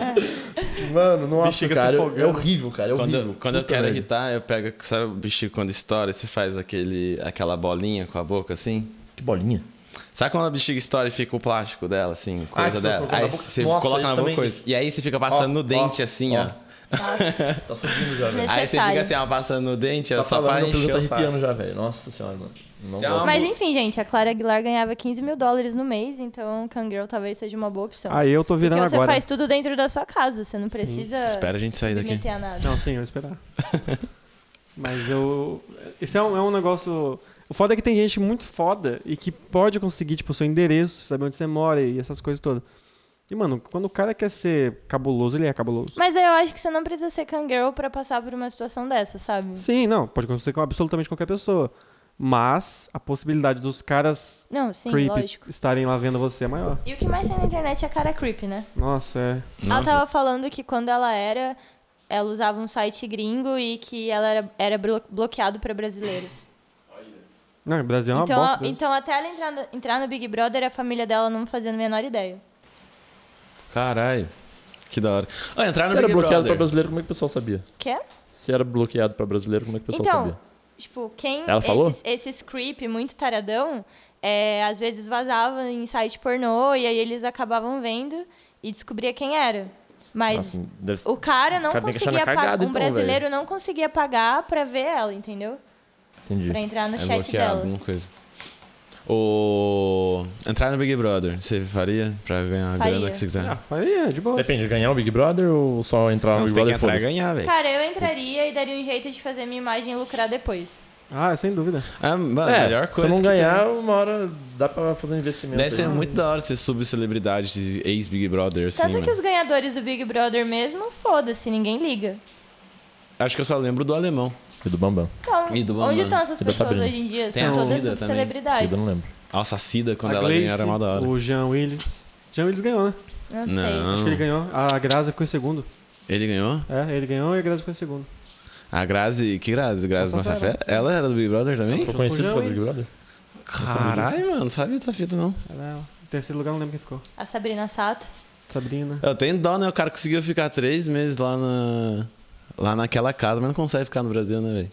Mano, nossa,
Bexiga se
cara.
afogando.
É horrível, cara. É
Quando,
horrível.
eu- quando eu
Puta
quero
merda.
irritar, eu pego, sabe o bichinho quando estoura, você faz aquele, aquela bolinha com a boca assim?
Que bolinha.
Sabe quando a bexiga estoura e fica o plástico dela, assim, coisa
Ah, que você
dela?
colocou na
Aí
boca?
você
Nossa,
coloca
isso
na boca
também- é
coisa. E aí você fica passando
Ó,
no dente,
ó,
assim, ó.
ó.
Nossa,
Tá subindo já, velho.
Aí você
Necessário.
fica assim, ó, passando no dente, é
Tá
só pra
falando, meu pelo
encher
tá
o saco.
arrepiando já, velho. Nossa senhora, mano. Não
Tem
gosto.
uma-
Mas enfim, gente, a Clara Aguilar ganhava 15 mil dólares no mês, então Kangirl talvez seja uma boa opção.
Aí eu tô
Porque
virando
você
agora.
faz tudo dentro da sua casa, você não precisa
Espera a gente sair
se
daqui.
meter a nada.
Não, sim, eu esperar. Mas eu. Esse é um, é um negócio. O foda é que tem gente muito foda e que pode conseguir, tipo, o seu endereço, saber onde você mora e essas coisas todas. E, mano, quando o cara quer ser cabuloso, ele é cabuloso.
Mas eu acho que você não precisa ser Kangirl pra passar por uma situação dessa, sabe?
Sim, não, pode acontecer com absolutamente qualquer pessoa. Mas a possibilidade dos caras
Não, sim,
creepy
lógico.
estarem lá vendo você é maior.
E o que mais tem na internet é a cara creepy, né?
Nossa, é.
Ela tava falando que quando ela era, ela usava um site gringo e que ela era, era blo- bloqueado pra brasileiros.
Não, o Brasil é uma
então,
bosta. mesmo.
então até ela entrar no, entrar no Big Brother, a família dela não fazia a menor ideia.
Caralho. Que da hora. Ó, entrar
Se
no
era
Big
bloqueado
Brother.
pra brasileiro, como é que o pessoal sabia?
Quê?
Se era bloqueado pra brasileiro, como é que o pessoal
então,
sabia?
tipo, quem.
Ela falou?
Esses, esses creep muito taradão, é, às vezes vazava em site pornô e aí eles acabavam vendo e descobria quem era. Mas
Nossa, Ah, deve ser-
o cara não
Os caras têm que achar na
conseguia pagar.
cagada,
Um
então,
brasileiro não conseguia pagar pra ver ela, entendeu?
Entendi.
Pra entrar no
É
chat
bloqueado,
dela.
alguma coisa. O... Entrar no Big Brother, você faria pra ganhar a
Faria.
grana que você quiser? Ah,
Ah, faria, de boa.
Depende, ganhar o Big Brother ou só entrar
Não,
no Big
você tem que entrar
Brother
e
foda-se?
ganhar, velho.
Cara, eu entraria e daria um jeito de fazer minha imagem lucrar depois.
Ah, sem dúvida.
Ah, mano, a
É,
melhor coisa
se não
que tem.
ganhar, uma hora dá pra fazer um investimento.
Deve ser
aí.
muito da hora ser subcelebridade de ex-Big Brother, assim.
Tanto que
mano.
os ganhadores do Big Brother mesmo, foda-se, ninguém liga.
Acho que eu só lembro do alemão.
E do Bambam.
Então,
E do
onde
Bambam.
estão essas
E da
pessoas
Sabrina.
hoje em dia?
Tem
São
a
todas
Cida também.
subcelebridades.
tá Cida, eu não lembro.
Nossa, a Cida, quando
a
ela ganhou, era
Gleice,
mal da hora.
O Jean Willis. Jean Willis ganhou, né?
Não sei.
Não.
Acho que ele ganhou. A Grazi ficou em segundo.
Ele ganhou?
É, ele ganhou e a Grazi ficou em segundo.
A Grazi, que Grazi? Grazi
Nossa,
Massafé? Ela era do Big Brother também?
Ficou
com
é conhecido
o
por causa do Big
Jean
Brother?
Caralho, mano, não sabia dessa fita, não.
Era em é terceiro lugar, não lembro quem ficou.
A Sabrina Sato.
Sabrina.
Eu tenho dó, né? O cara conseguiu ficar três meses lá na... Lá naquela casa, mas não consegue ficar no Brasil, né, velho?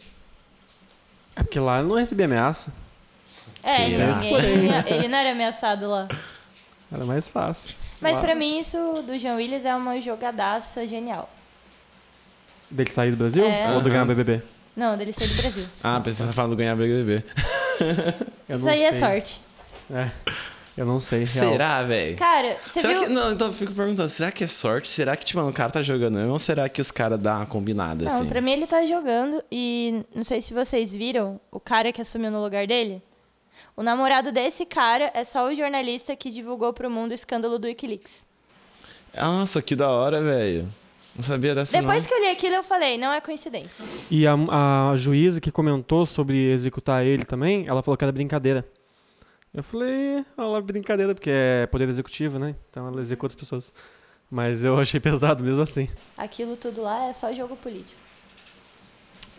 É porque lá ele não recebia ameaça.
É,
Será?
ninguém, ele, ele não era ameaçado lá.
Era mais fácil.
Mas
Lá-
pra mim, isso do Jean Willis é uma jogadaça genial.
Dele sair do Brasil?
É.
Ou do ganhar
Aham.
BBB?
Não, dele ser do Brasil.
Ah, pensei que você falando ganhar BBB.
Eu
isso
não
aí é
sei.
sorte.
É. Eu não sei, real.
Será, velho?
Cara, você
será
viu...
que. Não, então eu fico perguntando, será que é sorte? Será que, tipo, mano, o cara tá jogando mesmo? Ou será que os caras dão uma combinada,
Não,
assim?
pra mim ele tá jogando e não sei se vocês viram o cara que assumiu no lugar dele. O namorado desse cara é só o jornalista que divulgou pro mundo o escândalo do Wikileaks.
Nossa, que da hora, velho. Não sabia dessa
Depois
não.
que eu li aquilo, eu falei, não é coincidência.
E a, a juíza que comentou sobre executar ele também, ela falou que era brincadeira. Eu falei, olha lá, brincadeira, porque é poder executivo, né? Então ela executa as pessoas. Mas eu achei pesado mesmo assim.
Aquilo tudo lá é só jogo político.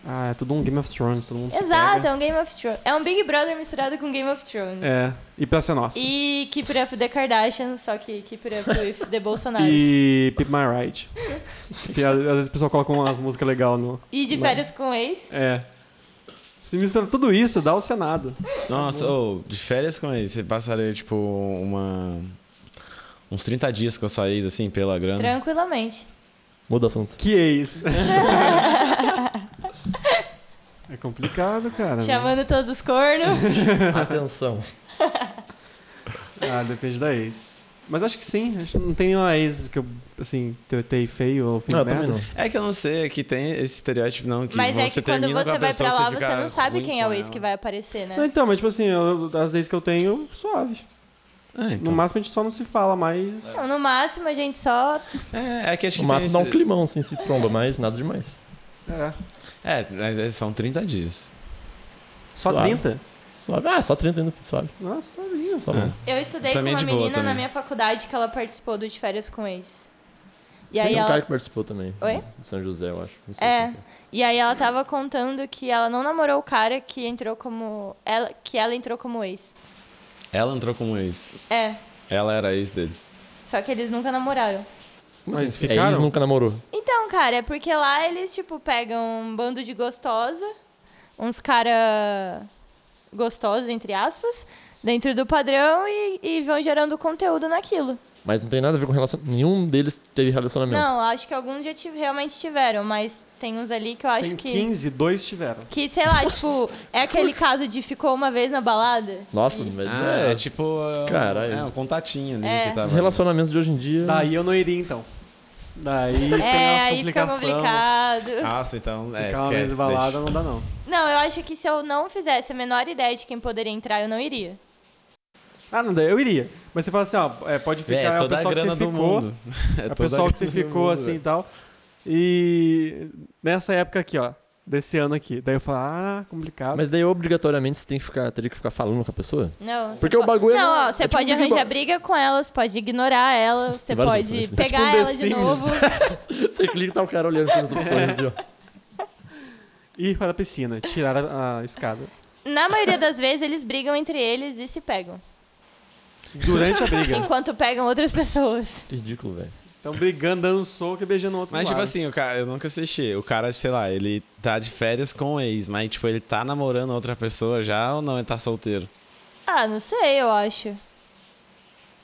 Ah, é tudo um Game of Thrones, todo mundo se
Exato,
pega.
é um Game of Thrones. É um Big Brother misturado com Game of Thrones.
É, e pra ser nosso.
E Keep It Up The Kardashian, só que Keep It Up with The Bolsonaro. E,
E Pip My Ride. que às às vezes o pessoal coloca umas músicas legais no.
de férias com ex.
É. Se mistura tudo isso, dá o Senado.
Nossa, ô, de férias com ele, você passaria, tipo, uma. Uns 30 dias com a sua ex, assim, pela grana.
Tranquilamente.
Muda o assunto.
Que ex. é complicado, cara. né?
Chamando todos os cornos.
Atenção.
Ah, depende da ex. Mas acho que sim. Acho que não tem uma ex que eu, assim, tretei feio ou fiz
Não, eu
merda.
também não.
É que eu não sei, é que tem esse estereótipo, não, que
Mas
você
é que quando
termina com
você
a
vai
pessoa,
pra lá,
você,
você,
fica
não sabe
ruim
quem é
com
o ex
ela.
que vai aparecer, né?
Não, então, mas tipo assim, eu, as ex que eu tenho, suave.
É,
No
então.
máximo a gente só não se fala, mas.
Não, Então, no máximo a gente só.
é, é que acho que
No máximo dá
tem
um climão, assim, se tromba, mas nada demais.
É.
É, mas é- são 30 dias.
Só
Suave.
30?
Suave. Ah, só 30 ainda, suave.
Nossa, sozinho.
Só
É.
bom.
Eu estudei
Pra
com
mim é
uma
de boa
menina na
também.
minha faculdade que ela participou do de férias com ex. E
Tem
aí
um
ela.
cara que participou também.
Oi?
De São José, eu acho. Não sei
É.
quem que
E aí ela tava contando que ela não namorou o cara que entrou como. Ela, que ela entrou como ex.
Ela entrou como ex.
É.
Ela era ex dele.
Só que eles nunca namoraram.
Como
Mas
assim?
ficaram?
É, eles nunca namorou.
Então, cara, é porque lá eles, tipo, pegam um bando de gostosa, uns cara gostosos, entre aspas, dentro do padrão e, e vão gerando conteúdo naquilo.
Mas não tem nada a ver com relacionamento. Nenhum deles teve relacionamento.
Não, acho que alguns já tive- realmente tiveram, mas tem uns ali que eu acho
Tem
que...
15, dois tiveram.
Que, sei lá, tipo, é aquele caso de ficou uma vez na balada.
Nossa, mas
Ah, é,
é,
tipo. tá, é um-
Caralho.
É, um contatinho ali
É.
que tava.
Esses relacionamentos de hoje em dia.
Daí eu não iria, então. Daí tem
é,
umas Ah.
aí fica
complicações.
complicado.
Nossa, então. É,
Ficar uma
esquece,
vez balada
deixa.
não dá, não.
Não, eu acho que se eu não fizesse a menor ideia de quem poderia entrar, eu não iria.
Ah, não, daí eu iria. Mas você fala assim, ó, é, pode ficar,
É,
é, o
toda a
pessoal que
grana
você
do
ficou,
mundo.
é o
toda a
pessoal que você
grana do
ficou
mundo,
assim e
velho.
tal. E nessa época aqui, ó, desse ano aqui. Daí eu falo, ah, complicado.
Mas daí obrigatoriamente você tem que ficar, teria que ficar falando com a pessoa?
Não. você
Porque o
po-
bagulho
Não,
não-
ó, você
é tipo
pode
um Big
arranjar
Brother.
briga com ela, você pode ignorar ela, você
várias
pode
opções, né?
pegar
É tipo um
ela
The
de
Sims.
novo.
você clica e tá o cara olhando assim nas opções, assim, ó.
Ir para a piscina, tirar a, a escada.
Na maioria das vezes, eles brigam entre eles e se pegam.
Durante a briga.
Enquanto pegam outras pessoas.
Ridículo, velho.
Estão brigando, dando soco e beijando o outro
Mas, tipo
lado.
assim, o cara, eu nunca assisti. O cara, sei lá, ele tá de férias com o ex, mas, tipo, ele tá namorando outra pessoa já ou não? Ele tá solteiro?
Ah, não sei, eu acho.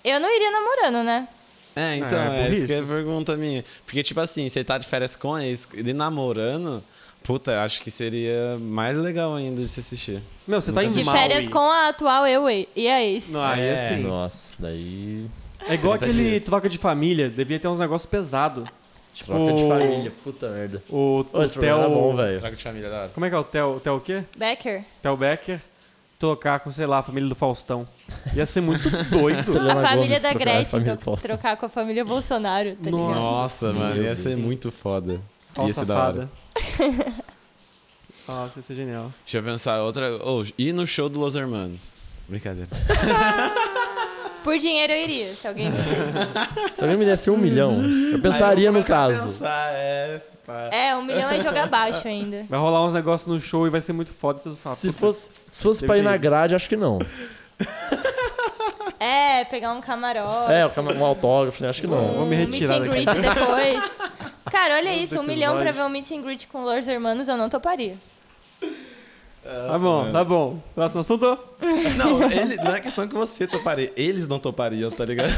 Eu não iria namorando, né?
É, então,
Ah, é
é,
por
isso que é a
isso.
pergunta minha. Porque, tipo assim, você tá de férias com a ex, ele namorando, puta, acho que seria mais legal ainda de se assistir.
Meu, você tá
Nunca
em
De
assisti.
Maui.
férias com a atual eu e e a ex.
Não, aí
É,
assim.
Nossa, daí.
É igual
30
aquele
dias.
troca de família, devia ter uns negócios pesados. Tipo,
Troca de família, puta merda.
O,
Ô,
o
esse programa é bom,
Theo.
velho.
Troca de família da hora.
Como é que é o Theo? O Theo o quê?
Becker.
Theo Becker. Trocar com, sei lá, a família do Faustão. Ia ser muito doido.
A
Selena
família
Gomez trocar
da
a
Gretchen
família do
tro-
Faustão.
trocar com a família Bolsonaro, tá ligado?
Nossa, mano, ia ser muito foda.
Ó,
ia
é
ser da hora.
safada. Nossa, isso é genial.
Deixa eu pensar, outra. Ou ir no show do Los Hermanos. Brincadeira.
Por dinheiro eu iria, se alguém.
Se alguém me desse um milhão, eu pensaria no caso.
Pensar, é, pá.
É, um milhão é jogar baixo ainda.
Vai rolar uns negócios no show e vai ser muito foda esses papos.
Se fosse, se fosse pra ir na grade, acho que não.
É, pegar um camarote.
É, um autógrafo, né? acho que
um
não.
vou me retirar
meet and
daqui.
greet depois. Cara, olha isso, um
episódio.
milhão pra ver um meet and greet com Lords Hermanos, eu não toparia.
Tá
assim, né?
bom, tá bom. Próximo assunto?
Não, ele, não é questão que você toparia. Eles não topariam, tá ligado?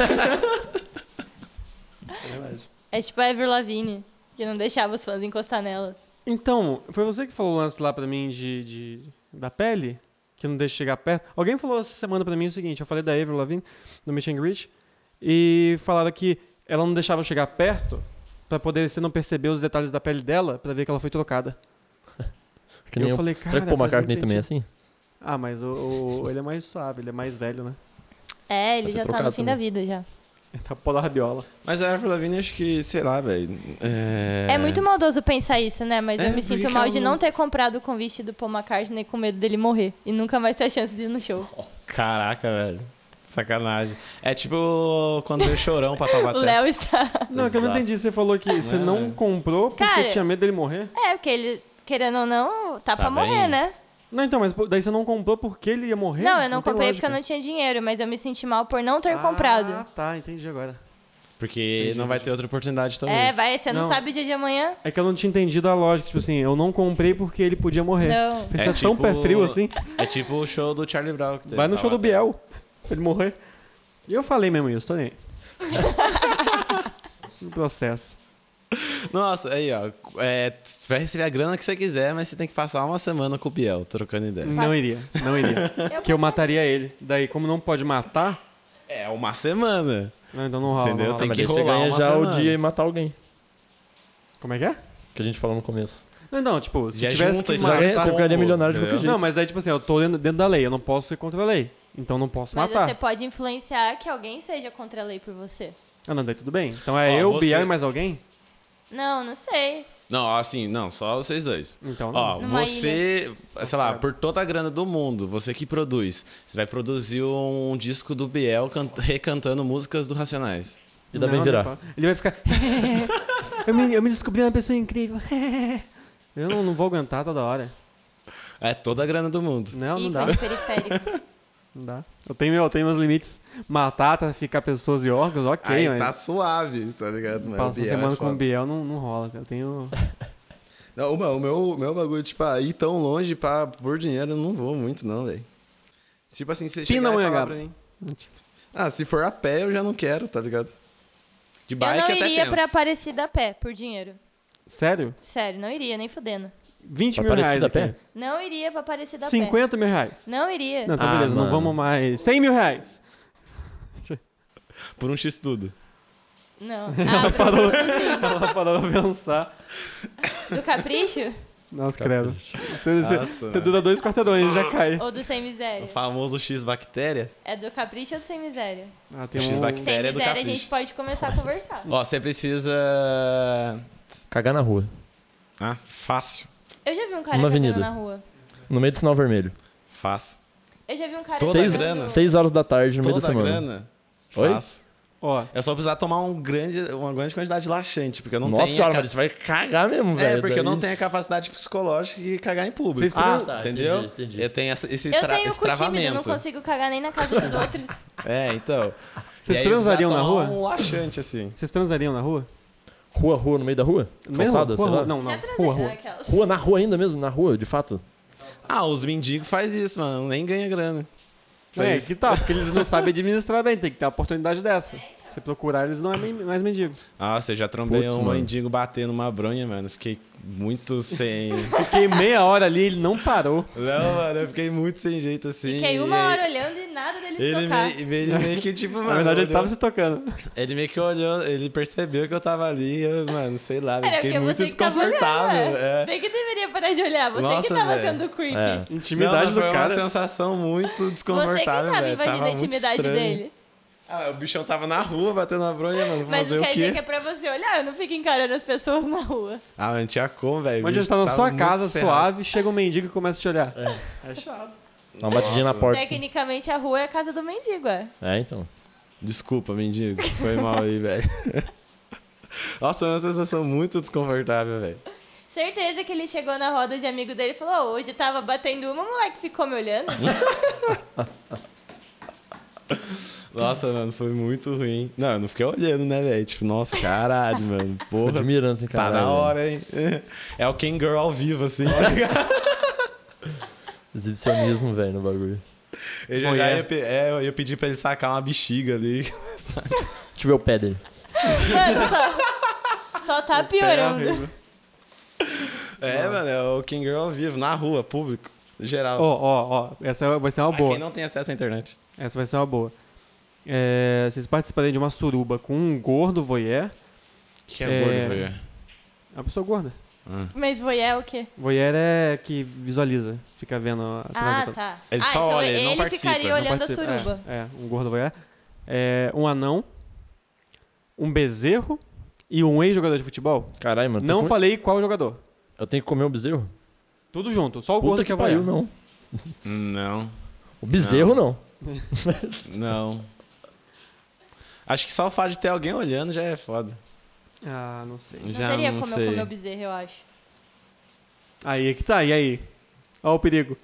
É tipo a Ever Lavigne, que não deixava os fãs encostar nela.
Então, foi você que falou o lance lá pra mim de, de- da pele? Que não deixa chegar perto? Alguém falou essa semana pra mim o seguinte, eu falei da Avril Lavigne no Meet and Greet e falaram que ela não deixava eu chegar perto pra poder você não perceber os detalhes da pele dela pra ver que ela foi trocada.
Que
eu
nem
falei,
Será que o Paul
cara, faz
McCartney
muito
também é assim?
Ah, mas o, o- ele é mais suave, ele é mais velho, né?
É, ele
Vai ser
já tá no
trocado
fim da
também.
vida já.
Ele tá pó da rabiola.
Mas a Avril Lavigne, acho que, sei lá, velho. É...
É. muito maldoso pensar isso, né? Mas
É,
eu me
por
sinto
que que
mal
ela
de
não-
não ter comprado o convite do Paul McCartney com medo dele morrer e nunca mais ter a chance de ir no show.
Caraca, velho. Sacanagem. É tipo quando veio chorão pra
O
Taubaté.
Léo está.
Não, é que eu não
Exato.
entendi. Você falou que você
É.
não comprou porque
Cara-
tinha medo dele morrer?
É, porque ele querendo ou não, tá, pra morrer,
bem.
né?
Não, então, mas pô, daí você não comprou porque ele ia morrer?
Não, eu não,
É, tem
comprei
lógica.
porque eu não tinha dinheiro, mas eu me senti mal por não ter
Ah,
comprado.
tá, entendi agora.
Porque não vai ter outra oportunidade também.
É, vai, você não,
Não.
sabe o dia de amanhã?
É que eu não tinha entendido a lógica, tipo assim, eu não comprei porque ele podia morrer.
Não.
Você é, tão pé frio assim?
tipo É tipo o show do Charlie Brown que teve
Vai no
na
show do
Batalha.
Biel. Pra ele morrer. E eu falei mesmo isso, tô nem aí. No processo.
Nossa, aí, ó. É, você vai receber a grana que você quiser, mas você tem que passar uma semana com o Biel, trocando ideia.
Não iria, não iria. que eu mataria ele. Daí, como não pode matar,
É uma semana.
não, então não rola.
Entendeu?
não rola.
Tem
mas
que
daí você
rolar
ganha
uma
já o
semana.
dia e matar alguém.
Como é que é?
Que a gente falou no começo.
Não, não, tipo, se
Já
tivesse
junta
que
esse
Você
matar...
Mas-
ficaria milionário de
Entendeu?
qualquer jeito.
Não, mas daí, tipo assim, eu tô dentro, dentro da lei, eu não posso ir contra a lei. Então não posso
Mas
matar.
você pode influenciar que alguém seja contra a lei por você.
Ah, não, daí tudo bem. Então é
Ó,
eu,
você-
Biel e mais alguém?
Não, não sei.
Não, assim, não, só vocês dois.
Então
Ó,
não.
Numa
você, sei lá, por toda a grana do mundo, você que produz, você vai produzir um disco do Biel can- recantando músicas do Racionais.
E dá
Não,
bem
não
virar.
pode. Ele vai ficar... eu, me, eu me descobri uma pessoa incrível. eu não, não vou aguentar toda hora.
É toda a grana do mundo.
Não, não dá.
Ícone periférico.
Não dá. Eu tenho, meu- eu tenho meus limites. Matar, traficar pessoas e órgãos, ok.
Aí
mas
tá suave, tá ligado? Mas o
passar
Biel é
semana com
foda.
o Biel não, não rola. cara. Eu tenho...
Não, o meu, o meu, meu bagulho, tipo, ah, ir tão longe pra, por dinheiro, eu não vou muito, não, velho. Tipo assim, você
Pina
chegar
unha,
e falar
Gabo.
pra mim. Ah, se for a pé, eu já não quero, tá ligado? De
eu
bike
não
até
iria
penso.
pra Aparecida a pé, por dinheiro.
Sério?
Sério, não iria, nem fudendo.
20
Tá
Pra
mil reais.
Aparecida a
aqui.
pé?
Não iria pra Aparecida a pé.
50 mil reais.
Não iria.
Não, então
Ah,
beleza, não
mano.
vamos mais. 100 mil reais.
Por um X tudo.
Não. Ah,
Parou, ela parou pra pensar.
do Capricho?
Nossa,
Tá
credo. Você, você,
Nossa,
você
mano.
dura dois quarteirões, já cai.
Ou do Sem Miséria?
O famoso X bactéria.
É do Capricho ou do Sem Miséria?
Ah, tem
X vai-
um...
Sem
Miséria é do
Miséria a
Capricho.
gente pode começar a conversar.
Ó, você precisa.
Cagar na rua.
Ah, fácil.
Eu já vi um cara
Uma
cagando
avenida.
na rua.
No meio do sinal vermelho.
Fácil.
Eu já vi um cara
Toda
seis,
a grana.
seis horas da tarde no meio
Toda
da
a
semana.
grana.
Oi?
Fácil.
Ó,
É só precisar tomar um grande, uma grande quantidade de laxante, porque eu não
Nossa
tenho. a
senhora,
ca-
mas você vai cagar mesmo,
É,
velho.
porque eu
daí.
não tenho a capacidade psicológica de cagar em público.
Vocês queriam- Ah,
tá,
Entendeu?
entendi, entendi.
Eu tenho essa- esse
Eu
tra-
tenho
esse
cu tímido, não
travamento.
consigo cagar nem na casa dos outros.
É, então.
Vocês
E aí eu precisava
transariam na
tomar
rua?
um laxante, assim.
vocês transariam na rua?
Rua, rua, no meio da rua?
No meio da
Calçada,
rua?
sei
Rua,
lá.
Não, não.
já trazia
Rua, rua.
aquelas.
Rua, na rua ainda mesmo? Na rua, de fato?
Ah, os mendigos faz isso, mano. Nem ganha grana.
É,
Faz
que
isso.
tá, porque eles não sabem administrar bem, tem que ter uma oportunidade dessa. Se procurar, eles não é men- mais mendigo.
Ah, você já trombei
Putz,
um
mano.
mendigo batendo uma bronha, mano. Fiquei muito sem.
Fiquei meia hora ali, ele não parou.
não, mano, eu fiquei muito sem jeito assim.
Fiquei
E
uma
aí-
hora olhando e nada deles
Ele
tocar.
meio, ele meio que, tipo, mano.
Na verdade, ele
olhou-
tava se tocando.
ele meio que olhou, ele percebeu que eu tava ali, eu, mano, sei lá, eu
Era
fiquei
é porque
muito
você que tava olhando.
desconfortável.
é.
É.
Você que deveria parar de olhar, você que
Nossa,
tava
velho.
sendo creepy.
É.
Intimidade
Não, mas
do
foi
cara.
uma sensação muito
Você que
desconfortável,
tava
velho. tava
invadindo a
muito
intimidade
estranho.
dele.
Ah, o bichão tava na rua batendo uma bronha, mano.
Mas
fazer
não quer
o quê?
dizer que é pra você olhar, eu não fico encarando as pessoas na rua.
Ah, não tinha como, velho.
Onde
O
você tá na
bicho
sua
tava
casa,
muito ferrado.
suave, chega um mendigo e começa a te olhar. É, chato.
Dá uma batidinha na porta. assim.
Tecnicamente a rua é a casa do mendigo, é.
É, então.
Desculpa, mendigo. Foi mal aí, velho. Nossa, é uma sensação muito desconfortável, velho.
Certeza que ele chegou na roda de amigo dele e falou: "Ô, hoje tava batendo uma, o moleque ficou me olhando.
Nossa, mano, foi muito ruim. Não, eu não fiquei olhando, né, velho? Tipo, nossa, caralho, mano.
Porra,
Porra,
admirando assim,
tá
cara.
na hora, hein? É o Ken Girl ao vivo, assim, tá ligado?
Exibicionismo, velho, no bagulho.
Eu já,
Foi,
já
é.
ia, pe- é, eu ia pedir pra ele sacar uma bexiga ali.
Deixa eu ver o pé dele.
Mano, só, só tá piorando.
É, mano, é o King Girl ao vivo, na rua, público, geral.
Ó, ó, ó. Essa vai ser uma
Pra
boa.
quem não tem acesso à internet.
Essa vai ser uma boa. É, vocês participarem de uma suruba com um gordo voyeur.
Que
é gordo, velho. É uma pessoa gorda.
Mas voyeur é o quê?
Voyeur é que visualiza, fica vendo a transa
Ah,
toda.
tá.
Ele
ah,
só
então
olha, ele
ele,
não participa,
ficaria
não
olhando
participa.
a suruba.
É, é, um gordo voyeur. É, um anão, um bezerro e um ex-jogador de futebol.
Caralho, mano. tem
não
como-
falei qual jogador.
Eu tenho que comer o bezerro?
Tudo junto, só o gordo
Puta
que,
que
é
pariu,
voyeur.
não.
Não,
O bezerro, não.
não. Acho que só o fato de ter alguém olhando já é foda.
Ah, não sei.
Não
já
teria
não
como
sei.
eu comer o bezerro, eu acho.
Aí é que tá, e aí? Olha o perigo.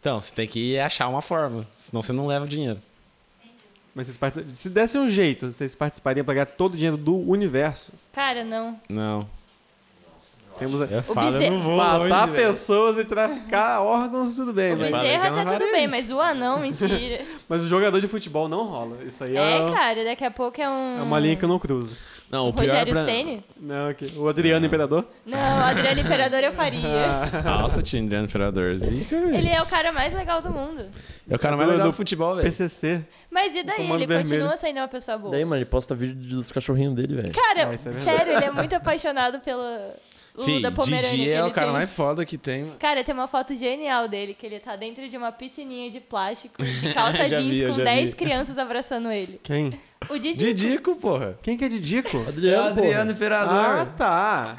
Então, você tem que achar uma forma, senão você não leva o dinheiro.
Mas vocês particip... se desse um jeito, vocês participariam pra ganhar todo o dinheiro do universo.
Cara, não.
Não.
Temos a...
Eu
O
falo, eu
Bize-
não vou
Matar
longe, velho.
pessoas e traficar órgãos, tudo bem,
O
mas...
Bezerra
bezerro
ganhava
até tudo bem,
vários.
mas o anão, mentira.
mas o jogador de futebol não rola. Isso aí é,
é, cara, daqui a pouco é um.
é uma linha que eu não cruzo.
Não, o pior é
Rogério
pra...
Ceni?
Não, aqui. O Adriano Imperador?
Não, Adriano Imperador eu
Ah.
faria.
Nossa, tinha Adriano Imperador. Zica, velho.
Ele é o cara mais legal do mundo.
É o cara mais legal
Do-
do futebol, velho.
PCC.
Mas e daí?
Comando
Ele
vermelho.
continua sendo uma pessoa boa.
Daí, mano, ele posta vídeo dos cachorrinhos dele, velho.
Cara,
Ah, isso é verdade.
sério, ele é muito apaixonado pela
Fih,
Luda Pomerânia.
Didi
que
é
ele
o cara
tem.
mais foda que tem. mano.
Cara, tem uma foto genial dele, que ele tá dentro de uma piscininha de plástico, de calça
Já
jeans,
vi, eu
com
já
10
vi.
crianças abraçando ele.
Quem?
O Didi,
Didico, porra.
Quem que é Didico?
é
Adriano,
o Adriano
porra.
Ah,
Imperador.
tá.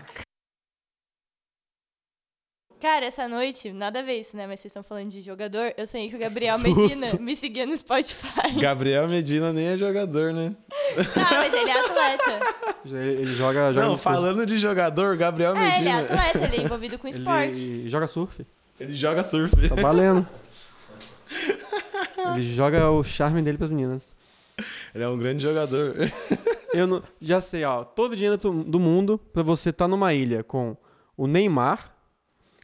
cara, essa noite, nada a ver isso, né? Mas vocês estão falando de jogador, eu sonhei que o Gabriel
Susto.
Medina me seguia no Spotify.
Gabriel Medina nem é jogador, né?
Tá, mas ele é atleta.
Ele, ele joga, joga
Não,
no surf.
falando de jogador, Gabriel
É, ele é
Medina.
atleta, ele é envolvido com esporte.
Ele joga surf.
Ele joga surf.
Tá valendo. ele joga o charme dele pras meninas.
Ele é um grande jogador.
Eu não, já sei, ó. Todo o dinheiro do do mundo pra você estar numa ilha com o Neymar,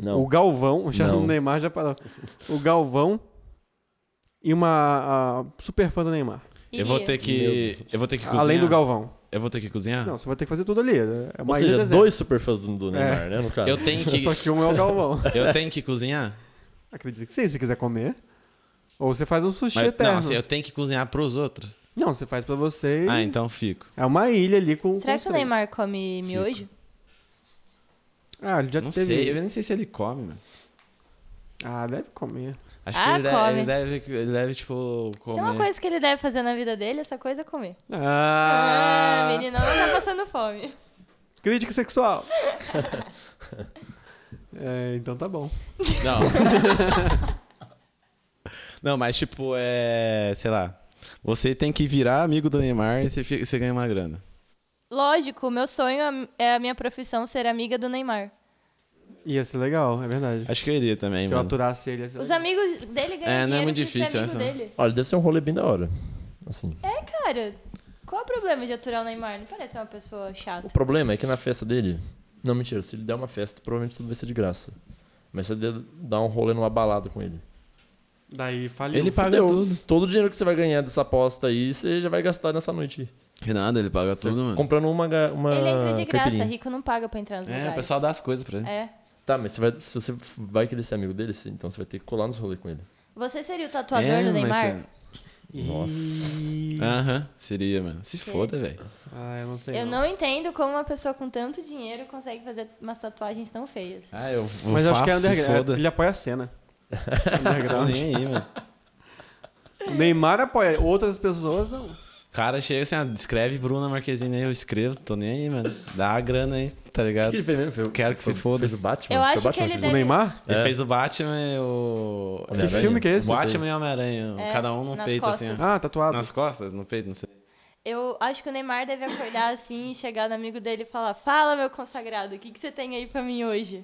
Não.
o Galvão. Já
Não.
o Neymar já parou. O Galvão e uma a, super fã do Neymar.
E
é- Eu vou ter que. Eu vou ter que cozinhar.
Além do Galvão.
Eu vou ter que cozinhar?
Não, você vai ter que fazer tudo ali. É uma
Ou
ilha
seja,
deserta.
dois superfãs do, do Neymar, né, no caso?
Eu tenho que.
Só que um é o Galvão.
Eu tenho que cozinhar?
Acredito que sim, se quiser comer. Ou você faz um sushi
Mas,
eterno.
não, assim, eu tenho que cozinhar pros outros.
Não, você faz pra você. e-
Ah, então fico.
É uma ilha ali com. com
Será
os
que o
três.
Neymar come miojo?
Ah, ele já
Não
teve.
sei, eu nem sei se ele come, mano.
Ah, deve comer.
Acho que
Ah,
ele, de-
come.
ele deve, ele deve, tipo, comer.
Se é uma coisa que ele deve fazer na vida dele, essa coisa é comer.
Ah,
Ah, menino, não tá passando fome.
Crítica sexual. é, então tá bom.
Não. Não, mas tipo, é. Sei lá. Você tem que virar amigo do Neymar e você, fi- você ganha uma grana.
Lógico, meu sonho é a minha profissão ser amiga do Neymar.
Ia ser legal, é verdade.
Acho que eu iria também,
Se eu
mano.
aturasse ele, ia ser
Os
legal.
amigos dele ganham
É,
dinheiro
não é muito
por ser
difícil
amigo
essa, não.
dele.
Olha, deve ser um rolê bem da hora. Assim.
É, cara, qual é o problema de aturar o Neymar? Não parece ser uma pessoa chata.
O problema é que na festa dele. Não, mentira, se ele der uma festa, provavelmente tudo vai ser de graça. Mas se ele dar um rolê numa balada com ele.
Daí faliu.
Ele paga
Fudeu.
tudo.
Todo o dinheiro que você vai ganhar dessa aposta aí, você já vai gastar nessa noite. aí.
Que nada, ele paga tudo, mano.
Comprando uma. ga- uma
Ele entra
Ah,
de graça,
caipirinha.
rico não paga pra entrar nos
É,
lugares.
o pessoal dá as coisas pra ele.
É.
Tá, mas você vai- se você f- vai querer ser amigo dele, você- então você vai ter que colar nos rolês com ele.
Você seria o tatuador
É,
do
mas
Neymar?
você-
Nossa.
Aham, seria, mano. Se
Sei.
foda, velho.
Ah, eu não sei.
Eu não entendo como uma pessoa com tanto dinheiro consegue fazer umas tatuagens tão feias.
Ah, eu vou
Mas eu acho que é
se
underground.
foda.
Ele apoia a cena.
Tô
Underground.
nem aí, mano.
O Neymar apoia, outras pessoas não.
O cara chega assim, ah, escreve Bruna Marquezine aí, eu escrevo, tô nem aí, mano. Dá a grana aí, tá ligado?
ele fez mesmo? Foi,
Quero que se
foi-
foda.
Fez o Batman?
Eu
Foi o
acho que
Batman
ele
fez?
O
deve-
Neymar?
Ele
É.
fez o Batman e o.
Homem-Aranha.
Que filme que é esse?
Batman e Homem-Aranha,
É,
cada um no
nas
peito,
costas.
assim. ó.
Ah, tatuado.
Nas costas, no peito, não sei.
Eu acho que o Neymar deve acordar assim, chegar no amigo dele e falar: Fala, meu consagrado, o que, que você tem aí pra mim hoje?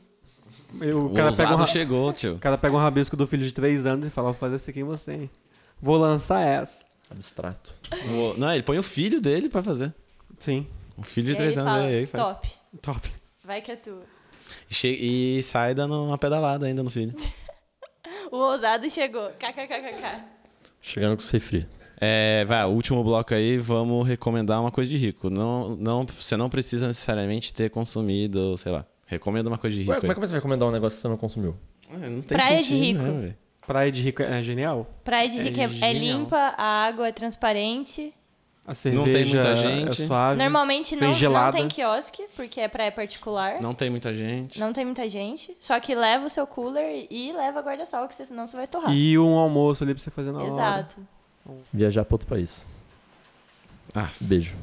Eu- o,
O
cara
ousado
pega um, ra-
chegou, tio.
o cara pega um rabisco do filho de 3 anos e fala: Vou fazer isso aqui em você, hein? Vou lançar essa.
Abstrato.
O- Não, ele põe o filho dele pra fazer.
Sim.
O filho
E
de três
ele
anos
fala,
aí, aí faz.
Top,
Top.
vai que é tua.
Che- E sai dando uma pedalada ainda no filho.
O ousado chegou. KKKKK.
Chegando com o refri.
É, vai, último bloco aí, vamos recomendar uma coisa de rico. Não, não, você não precisa necessariamente ter consumido, sei lá. Recomenda uma coisa de rico.
Ué, como
aí.
é que você vai recomendar um negócio que você não consumiu?
Ah, não tem
Praia de
sentido,
rico.
né, velho?
Praia de rico é genial.
Praia de Rica é, é
genial.
limpa, a água é transparente.
A
Não tem
cerveja
muita
é
gente.
suave.
Normalmente
Tem
não, não
gelada.
tem quiosque, porque é praia particular. Não.
Não tem muita gente.
tem muita gente. Só que leva o seu cooler e leva guarda-sol, que senão você vai torrar.
E um almoço ali pra você fazer na hora.
Exato.
Viajar pra outro país.
Ah,
Beijo.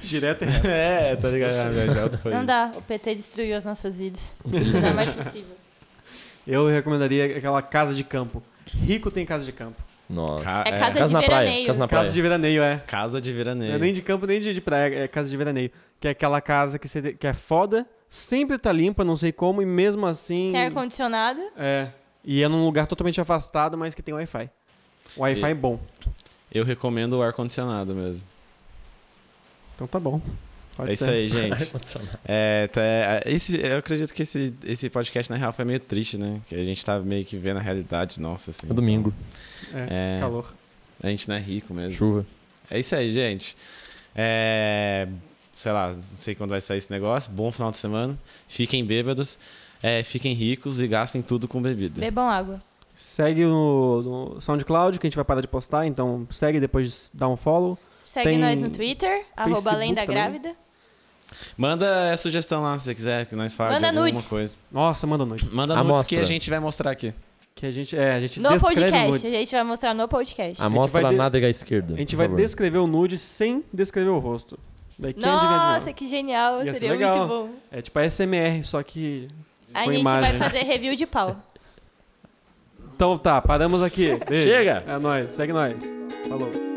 Direto e reto.
É, tá ligado? Ah, viajar outro país.
Não dá. O PT destruiu as nossas vidas. Isso não é mais possível.
Eu recomendaria aquela casa de campo. Rico tem casa de campo.
Nossa.
Ah,
Ca-
É casa de
na praia.
veraneio.
Casa na praia.
Casa de veraneio, é.
Casa de
Não
veraneio.
é nem de campo, nem de, de praia, é casa de veraneio. Que é aquela casa que, você, que é foda, sempre tá limpa, não sei como, e mesmo assim.
Tem ar-condicionado.
É. E é num lugar totalmente afastado, mas que tem Wi-Fi. Wi-Fi é
E-
bom.
Eu recomendo o ar-condicionado mesmo.
Então tá bom. Pode
é isso
ser.
aí, gente.
Ar-condicionado.
É, tá- é, esse, eu acredito que esse, esse podcast, na real, foi meio triste, né? Que a gente tá meio que vendo a realidade nossa, assim.
É domingo,
É,
É.
calor.
A gente não é rico mesmo.
chuva.
É isso aí, gente. É, sei lá, não sei quando vai sair esse negócio. Bom final de semana. Fiquem bêbados. é, fiquem ricos e gastem tudo com bebida.
Bebam água.
Segue no, no SoundCloud, que a gente vai parar de postar, então segue, depois dá um follow.
Segue
Tem
nós no Twitter, arroba além da
também.
grávida.
Manda a sugestão lá se você quiser, que nós falamos de
Manda
alguma
nudes.
coisa.
Nossa, manda noite.
Manda
Amostra.
nudes que a gente vai mostrar aqui.
Que a gente, é, a gente
No
descreve Ah,
podcast.
nudes.
A gente vai mostrar no podcast.
gente
Amostra
vai
a
de-
nádega esquerda.
A gente
por
vai
favor.
descrever o nude sem descrever o rosto. Daí quem adivinha,
Nossa,
adivinha.
que genial.
Ia ser
Seria
legal.
muito bom.
É tipo a SMR, só que...
A
Com
gente
imagem.
vai fazer review de pau.
Então tá, paramos aqui. Beijo.
Chega!
É nóis, segue nós. Falou.